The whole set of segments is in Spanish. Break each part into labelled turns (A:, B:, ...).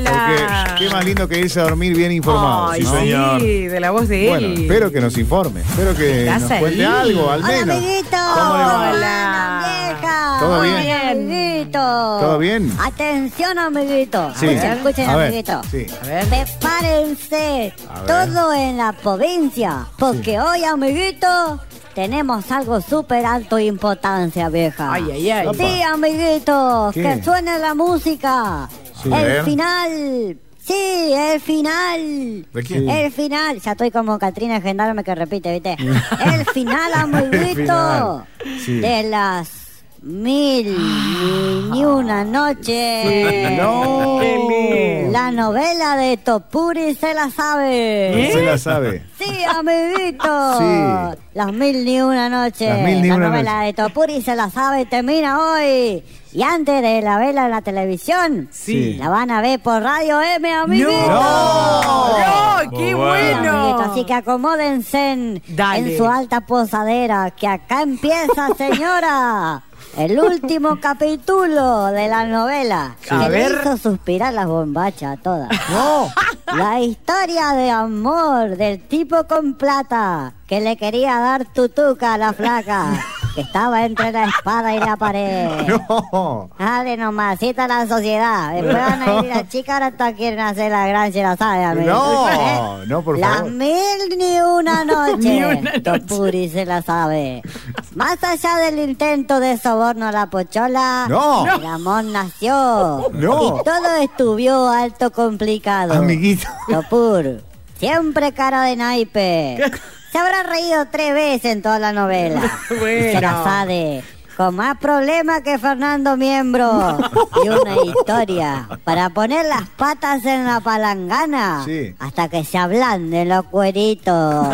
A: Hola.
B: Porque qué más lindo que irse a dormir bien informado.
A: Ay,
B: ¿no?
A: sí,
C: señor.
A: de la voz de
B: Bueno,
A: él.
B: espero que nos informe, espero que
A: ¿Estás
B: nos cuente
A: ahí?
B: algo, al
D: Hola,
B: menos.
D: amiguito.
B: ¿Cómo le va?
D: Hola, vieja.
B: ¿Todo bien?
D: Hola, amiguito. ¿Todo
B: bien?
D: Atención, amiguito.
B: Sí.
D: Escuchen, escuchen,
B: A ver,
D: amiguito.
B: sí.
A: A ver.
D: Prepárense
B: A ver.
D: todo en la provincia, porque
B: Sí.
D: hoy, amiguito, tenemos algo súper alto de importancia, vieja.
A: Ay, ay, ay.
B: Opa.
D: Sí, amiguito,
B: ¿Qué?
D: que suene la música.
B: Sí. A ver.
D: el final. Sí, el final.
C: ¿De quién?
D: El final, ya estoy como Catrina Gendarme que repite, ¿viste? El final, amiguito,
B: final, sí.
D: de las mil y una noche.
B: Ah. No. Qué lindo.
D: La novela de Topuri se la
B: No
D: sabe.
B: se la sabe.
D: Sí, amiguito.
B: Sí.
D: Las mil y una noche.
B: Las mil y una
D: la novela
B: noche.
D: de Topuri se la sabe, termina hoy. Y antes de la vela en la televisión,
B: Sí.
D: la van a ver por Radio M, amiguito.
A: ¡No! ¡No! ¡Qué
C: Muy
A: bueno!
C: bueno.
D: Amiguito, así que acomódense en,
A: Dale.
D: en su alta posadera, que acá empieza, señora, el último capítulo de la novela.
A: A
D: que le
A: ver.
D: hizo suspirar las bombachas a todas.
B: No.
D: La historia de amor del tipo con plata que le quería dar tutuca a la flaca que estaba entre la espada y la pared.
B: No.
D: Dale nomás, cita la sociedad. Después van a ir las chicas, ahora todas quieren hacer la gran, se la sabe, amigo. ¿Eh?
B: No, no, por
D: Las
B: favor.
D: mil ni una noche.
A: Ni una noche.
D: Topuri se la sabe. Más allá del intento de soborno a la pochola,
B: No.
D: el amor nació.
B: No.
D: Y todo estuvo alto complicado.
B: Amiguito.
D: Topur, siempre cara de naipe. Se habrá reído tres veces en toda la novela. Y se la sabe. Con más problemas que Fernando Miembro. Y una historia para poner las patas en la palangana
B: Sí.
D: hasta que se ablanden los cueritos.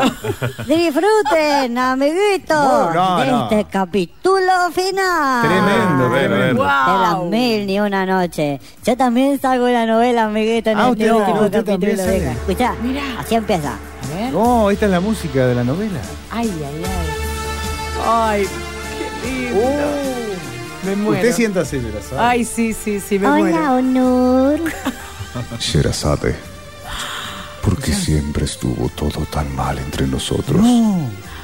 D: Disfruten, amiguitos,
B: No, no,
D: de
B: no.
D: este capítulo final.
B: Tremendo, tremendo.
A: Guau.
D: De las mil ni una noche. Yo también salgo una novela, amiguito, en
B: Ah,
D: este
B: usted-
D: último
B: usted también
D: capítulo.
B: sale.
D: venga. Escuchá, así empieza.
A: A ver.
B: No, esta es la música de la novela.
A: Ay, ay, ay. Ay, qué
D: Uh,
A: lindo.
B: Uh.
A: me muero.
B: Usted siéntase, Yerazade.
A: Ay, sí, sí, sí, me
D: Hola,
A: muero.
D: Honor.
E: Sherazade, ¿por qué siempre estuvo todo tan mal entre nosotros?
B: No.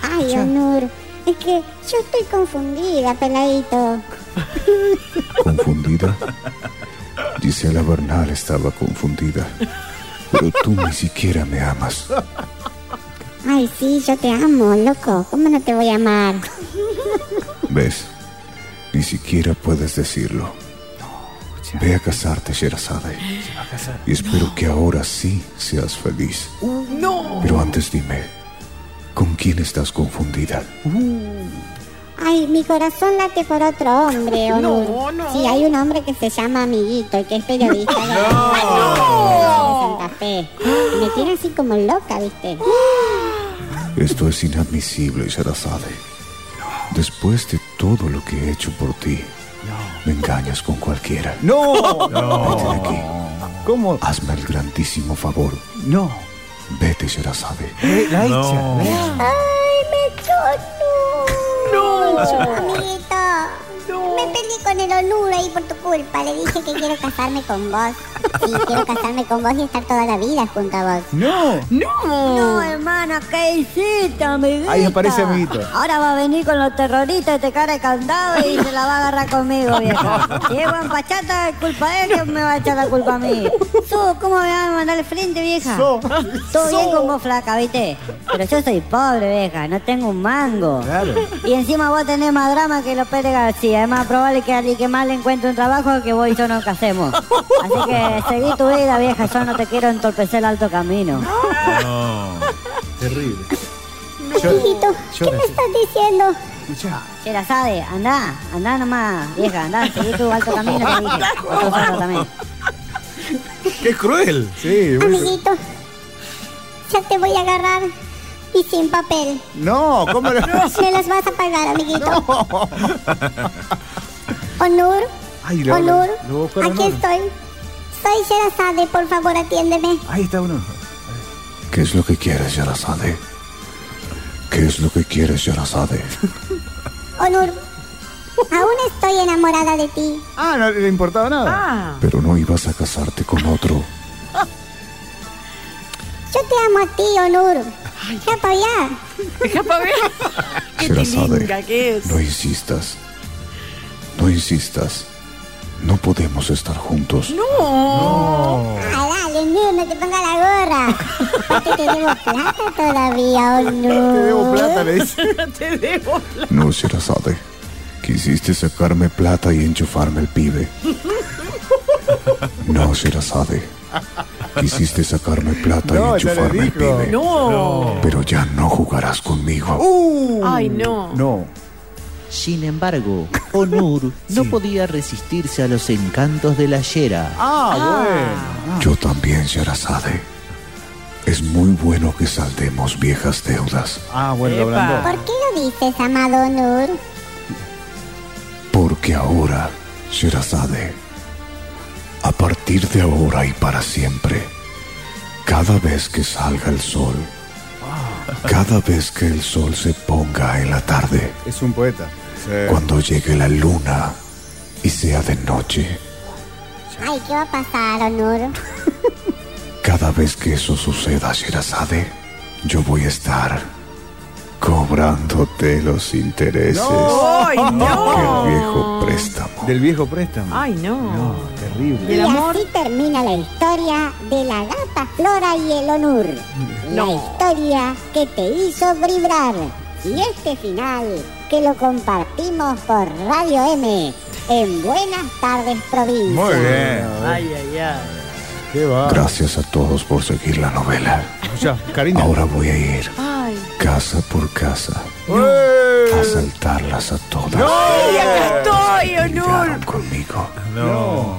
F: Ay, Onur, es que yo estoy confundida, peladito.
E: ¿Confundida? Gisela Bernal estaba confundida. Pero tú ni siquiera me amas.
F: Ay, sí, yo te amo, loco. ¿Cómo no te voy a amar?
E: ¿Ves? Ni siquiera puedes decirlo. Ve a casarte, Sherazade. Y espero que ahora sí seas feliz.
A: No.
E: Pero antes dime, ¿con quién estás confundida?
F: Ay, mi corazón late por otro hombre,
A: No,
F: Onur.
A: no.
F: Sí, hay un hombre que se llama Amiguito y que es periodista de la
A: No.
F: Universidad de Santa Fe. Y Me tiene así como loca, ¿viste?
E: Esto es inadmisible, Sherazade. Después de todo lo que he hecho por ti, me engañas con cualquiera.
B: No.
E: Vete de aquí.
B: ¿Cómo?
E: Hazme el grandísimo favor.
B: No.
E: Vete, Sherazade.
B: Eh, La
C: No.
B: hecha. la hecha.
F: Ay, me chonó. Amiguito. Me peleé con el Onur ahí por tu culpa. Le dije que quiero casarme con vos. Sí, quiero casarme con vos y estar toda la vida junto a vos.
B: No.
D: No, hermana, ¿qué hiciste, amiguita?
B: Ahí aparece amiguito.
D: Ahora va a venir con los terroristas y te cara de candado y se la va a agarrar conmigo, vieja. Si es buen pachata, es culpa de él que me va a echar la culpa a mí. So, ¿cómo me van a mandar al frente, vieja?
B: So.
D: Todo bien con vos, flaca, ¿viste? Pero yo soy pobre, vieja, no tengo un mango.
B: Claro.
D: Y encima vos tenés más drama que los Pérez García. Es más probable que alguien que más le encuentre un trabajo que vos y yo nos casemos. Así que seguí tu vida, vieja. Yo no te quiero entorpecer el alto camino.
C: No.
B: Terrible.
F: Amiguito, ¿qué
B: llora,
F: me estás diciendo?
B: Escucha.
D: Che, la sabe, andá, andá nomás, vieja, andá, seguí tu alto camino, te dije. Otro zorro también.
C: Qué cruel.
B: Sí, bueno.
F: Amiguito, ya te voy a agarrar y sin papel.
B: No, ¿cómo era?
F: Me los vas a pagar, amiguito. Onur,
B: Ay, lo-
F: Onur,
B: lo busco a
F: aquí
B: Onur.
F: estoy. Soy Sherazade, por favor, atiéndeme.
B: Ahí está uno.
E: ¿Qué es lo que quieres, Sherazade? ¿Qué es lo que quieres, Sherazade?
F: Onur, Aún estoy enamorada de ti.
B: Ah, no le importaba nada.
A: Ah,
E: Pero no ibas a casarte con otro.
F: Yo te amo a ti, Onur. Ya para allá.
A: deja para ver. Qué
E: Sherazade,
A: tilinga que es.
E: No insistas. No insistas. No podemos estar juntos.
A: No.
B: Oh.
F: Ah, dale, Onur, no te pongas la gorra. Porque te debo plata todavía, Onur.
B: Te debo plata, le dice.
A: Te debo.
E: No, Sherazade. Quisiste sacarme plata y enchufarme el pibe. No, Sherazade. Quisiste sacarme plata
B: No,
E: y
B: ya le
E: enchufarme el
B: dijo.
E: pibe.
A: No.
E: Pero ya no jugarás conmigo.
A: Ay, no.
B: No.
G: Sin embargo, Onur no podía resistirse a los encantos de la Yera.
B: Ah,
E: Yo también, Sherazade. Es muy bueno que saldemos viejas deudas.
B: bueno. Ah, bueno, lo
A: Epa.
B: ablandó.
F: ¿Por qué lo dices, amado Onur?
E: Porque ahora, Sherazade, a partir de ahora y para siempre, cada vez que salga el sol, cada vez que el sol se ponga en la tarde,
B: Es un poeta.
E: cuando llegue la luna y sea de noche,
F: Ay, ¿qué va a pasar, Onur?
E: cada vez que eso suceda, Sherazade, yo voy a estar cobrándote los intereses
A: Ay,
E: del
A: no.
E: viejo préstamo.
B: Del viejo préstamo.
A: Ay,
B: No,
A: no.
B: terrible.
A: El
F: y
A: amor.
F: así termina la historia de la gata Flora y el Onur. La historia que te hizo vibrar. Y este final que lo compartimos por Radio M en Buenas Tardes Provincia.
C: Muy bien.
A: Ay, ay, ay.
B: Qué va.
E: Gracias a todos por seguir la novela.
B: Escuchá, Karina.
E: Ahora voy a ir
A: Ay.
E: casa por casa
B: ¡Eh!
E: a saltarlas a todas.
A: Ay, acá estoy,
E: Que
A: Onur.
E: brigaron conmigo.
C: No.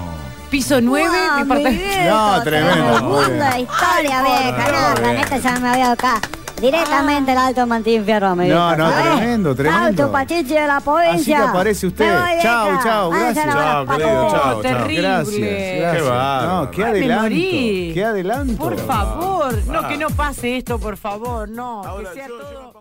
A: Piso 9,
D: Guau,
A: mi parte.
D: Miguelito,
B: No, tremendo,
D: Tremenda historia, vieja. No, con esto ya me había acá. Directamente el alto Mantín Fierro, amiguito.
B: No, no,
D: ¿sabes?
B: tremendo, tremendo.
D: Alto Pachichi de la provincia.
B: Así que aparece usted.
D: Me voy,
B: Chao,
D: vieja.
B: chao,
D: Váyanse
B: gracias.
D: a lavar
C: Chao,
D: los
C: querido,
D: patos.
C: chao, chao.
A: Terrible.
B: Gracias, gracias.
C: Qué bárbaro.
B: No, qué
A: Ay, me
B: adelanto.
A: morí.
B: Qué adelanto.
A: Por favor, no que no pase esto, por favor, no. que sea todo-